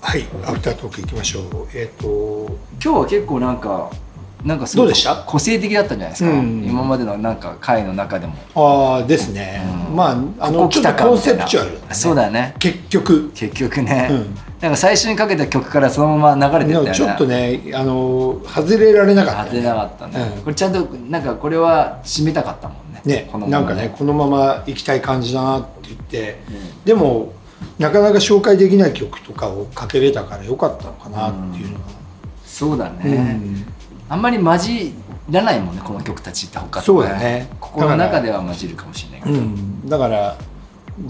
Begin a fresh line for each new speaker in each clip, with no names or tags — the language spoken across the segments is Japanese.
はい、アフタートークいきましょう。えっ、と、
今日は結構なんかなんかす
ど
ご
う
い
でした
個性的だったんじゃないですか、
うん
今までのなんか回の中でも
ああですね。
うん
まあ、あの、
ここ来
ちょ
た
っと
か
コン
みた
セ
いな
プチュアル、ね。
そうだよね
結局、
結局ね、
うん
なんか最初にかけた曲からそのまま流れてったよね
ちょっとね、あの、外れられなかった
当
よ
て
ね、
なかったね、
うん
これちゃんとなんかこれは締めたかったもんね
ね
この
なんかね、このまま行きたい感じだなって言って、でも、なかなか紹介できない曲とかをかけれたから良かったのかなっていうのが。
そうだね、
うん
あんまり混じらないもんねこの曲たちって他と
そうだね
ここの中では混じるかもしれないけど、
うん、だから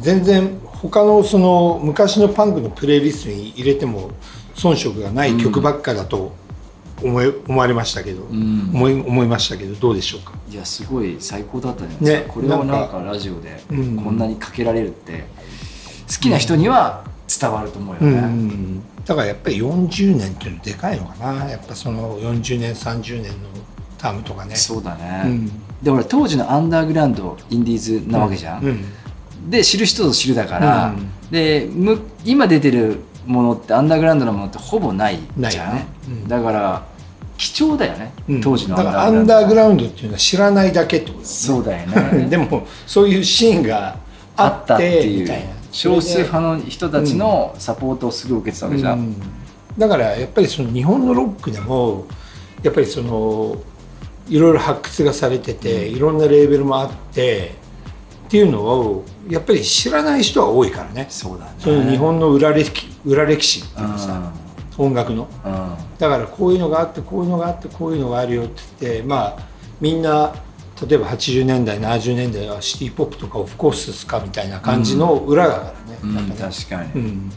全然他のその昔のパンクのプレイリストに入れても遜色がない曲ばっかだと思い思われましたけど、
ん
思い思いましたけどどうでしょうか
いやすごい最高だったじゃないですか、
ね
これを
な
なんん
か
かラジオで
う
こ
ん
んなにかけられるって、好きな人には伝わると思うよ
う
ね、
ん、だからやっぱり40年っていうのでかいのかなやっぱその40年30年のタームとかね
そうだね、
うん
で俺当時のアンダーグラウンドインディーズなわけじゃん、
うん
で知る人ぞ知るだから、
うん
でむ今出てるものってアンダーグラウンドのものってほぼない
ない
じ
よ
ゃん、
ねうん
だから貴重だよね、
うん
当時の
だからアンダーグラウンドっていうのは知らないだけってことです
そうだよね
でもそういうシーンがあ
あ
っ
ってたってい
みたいうな
少数派の人たちのサポートをすぐ受けてたわけじゃん、
うんだからやっぱりその日本のロックでもやっぱりそのいろいろ発掘がされてて、いろんなレーベルもあってっていうのをやっぱり知らない人は多いからね
そうだね
そういう日本の裏歴裏歴史っていうかさ、音楽の
うんうん
だからこういうのがあってこういうのがあってこういうのがあるよって言ってまあみんな例えば80年代70年代はシティ・ポップとかオフコースですかみたいな感じの裏だからね、
うん
なんかね
確かに、
うん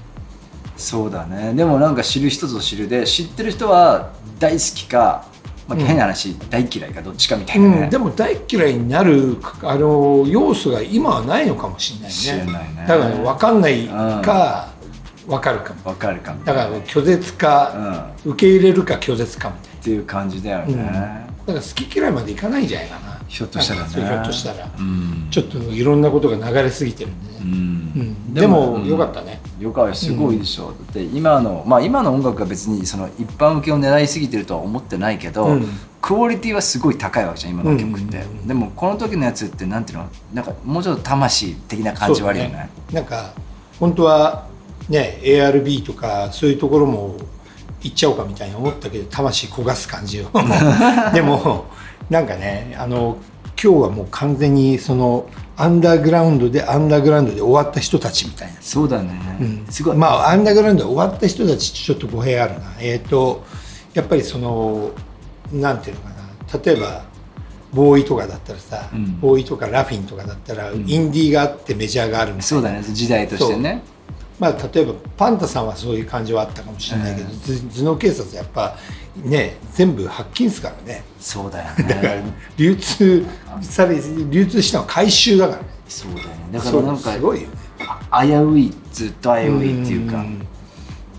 そうだねでもなんか知る人ぞ知るで知ってる人は大好きか、まあ、変な話、大嫌いかどっちかみたいなね、
うん、でも大嫌いになるあの要素が今はないのかもしれないね
知らないね
だから分かんないか分かるかも
わかるかも
だから拒絶か、受け入れるか拒絶かみたい
っていう感じだよね、
な、だから好き嫌いまでいかないんじゃないかな
ひょっとしたらね
なんかそうひょっとしたら、
うん
ちょっといろんなことが流れすぎてるんで
う
ね、
ん
うんでも、よかったね
よかすごいでしょ、だって今のまあ今の音楽は別にその一般受けを狙いすぎてるとは思ってないけど、
うん
クオリティはすごい高いわけじゃん今の曲って、
うんうんうん
でもこの時のやつってなんていうのなんかもうちょっと魂的な感じはあるよね
そうだなんか本当はね ARB とかそういうところも行っちゃおうかみたいに思ったけど魂焦がす感 じをでもなんかねあの今日はもう完全にそのアンダーグラウンドでアンダーグラウンドで終わった人たちみたいな、
そうだね、
うん
すごい、
まあアンダーグラウンドで終わった人たちちょっと語弊あるなえっ、とやっぱりそのなんていうのかな例えばボーイとかだったらさ、
うん
ボーイとかラフィンとかだったら、インディーがあってメジャーがあるみたいな
そうだね時代としてね
まあ、例えばパンタさんはそういう感じはあったかもしれないけど、
うん
ず頭脳警察はやっぱね全部発禁ですからね
そうだよ
だから
ね
流通され流通したのは回収だからね
そうだよねだからなん
そう
か
すごいよね
あ危ういずっと危ういっていうか
ん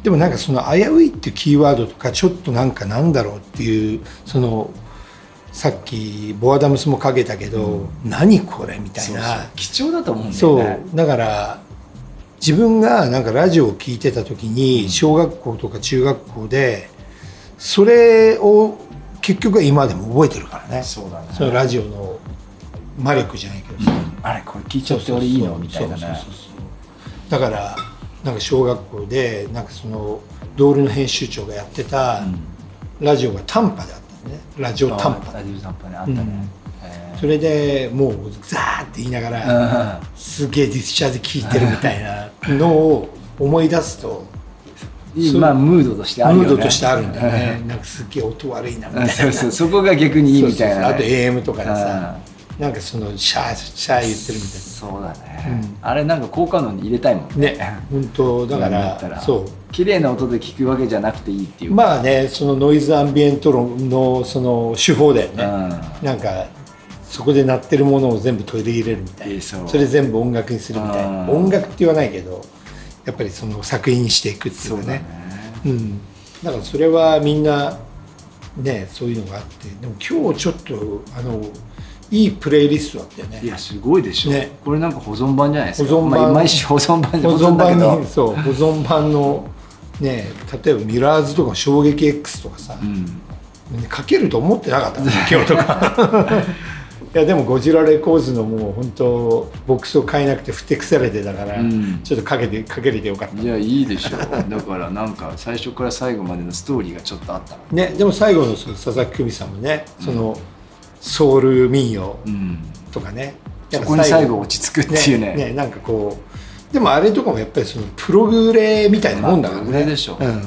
でもなんかその危ういっていうキーワードとかちょっとなんかなんだろうっていうそのさっきボアダムスもかけたけど、何これみたい
そう
な
そう貴重だと思うんだよ
そ
ね
うだから自分がなんかラジオを聞いてた時に小学校とか中学校でそれを結局は今でも覚えてるからね
そうだね
そのラジオの魔力じゃないけどさ
あれこれ聞いちゃって俺いいのみたいな
そう
ね
そうそうそうだからなんか小学校でなんかそのドールの編集長がやってたラジオが短波であったのねラジオ短波
ラジオ短波ねあったねへ
それでもうザーって言いながら、
ー
すげえディスチャージ聞いてるみたいなのを思い出すと、
いい
そう
まあムードとしてあるよ
ム
ね
ードとしてあるんだよね。なんかすっげえ音悪いなみたい
うん
な。
そうそうそこが逆にいいみたい
そう
な
そうそうあと AM とかで
う
さ
ん、
なんかそのシャーシャー言ってるみたい
そうだねあれなんか効果音に入れたいもん
な。ね、本当だか
今だ
ら
ったら
そ。
綺麗な音で聞くわけじゃなくていいっていうう
まあね、そのノイズアンビエント論のその手法だよね。
う
なんかそこで鳴ってるものを全部取り入れるみたい
ええ
な。
そう
それ全部音楽にするみたいな。
うん
音楽って言わないけど、やっぱりその作品にしていくっていう
そう
か
だね
ね。うん、だからそれはみんなねそういうのがあってでも今日ちょっとあのいいプレイリストだったよ
い
ね
やすごいでしょ
ね
これなんか保存版じゃないですか
保存版
まあ毎週保存版
保存
だけ
版
ど
にそう保存版のね例えばミラーズとか衝撃 X とかさ、
うん
かけると思ってなか ったから今日とか いやでもゴジラレコーズのもう本当ボックスを買えなくてふてくされてたから、
うん
ちょっとかけてかけれてよかっ
いやいいでしょうだからなんか最初から最後までのストーリーがちょっとあったの
たねでも最後のその佐々木久美さんもねそのソウル民謡
うん
とかね、
そこに最後落ち着くっていうね
ねねなんかこうでもあれとかもやっぱりそのプログレみたいなもんだからね、
まあこれでしょう、
うん
うんも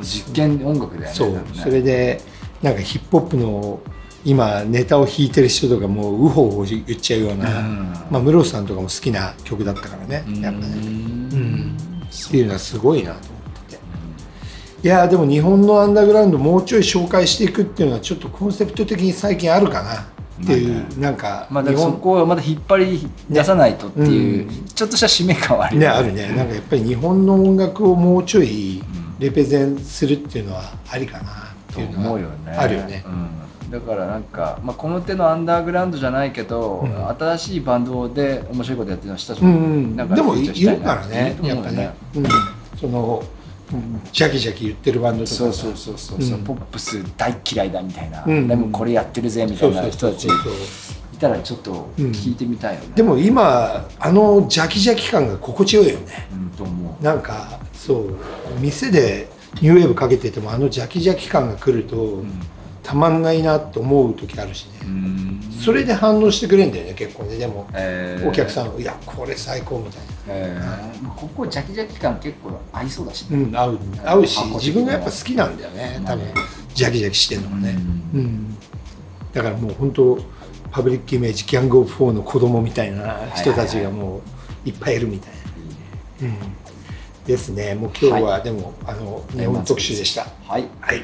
う実験音楽だよね
そう、
多分ね
それでなんかヒップホップの今ネタを弾いてる人とかもうウホウホ言っちゃうような、
うん
まあ、室さんとかも好きな曲だったからね
うん
やっぱね
うん
っていうのはすごいなと思ってていやーでも日本のアンダーグラウンドもうちょい紹介していくっていうのはちょっとコンセプト的に最近あるかなっていう、
まあ
なんか
まあ、だ
日
からそ
本
こはまだ引っ張り出さないとっていう、
ねう
ちょっとした使命感はあるよ
ねあるねなんかやっぱり日本の音楽をもうちょいレペゼンするっていうのはありかなって
と
いう
思うよね
のはあるよね。
うん、だからなんか、まあ、この手のアンダーグラウンドじゃないけど、
うん
新しいバンドで面白いことやってるのしたち
う
も、
ん、
なんか
でも
フ
い
ィーチャー
るか
したいな
らね
いい
やっ
と思う
ぱ
よ
ね、うん、そのうんジャキジャキ言ってるバンドとか
そうそうそうそう、
うん
ポップス大嫌いだみたいな、
うん
でもこれやってるぜみたいな人たちい
そうそうそう
たらちょっと聞いてみたいよね、
でも今あのジャキジャキ感が心地よいよね
うんと思う
なんかそう店でニューウェーブかけててもあのジャキジャキ感が来ると、たまんないなって思う時あるしね、
うん
それで反応してくれんだよね結構ねでも、
えー
お客さんはいやこれ最高みたい
えーここジャキジャキ感結構合いそうだしね、
な、うん、合う合うし
箱的に
自分がやっぱ好きなんだよね多分ジャキジャキしてるのがね、
う
うん、だからもう本当パブリックイメージギャング・オブ・フォーの子供みたいな人たちがもういっぱいいるみたいな。うんですね。もう今日はでも、あの日本特集でした。
はい
はい。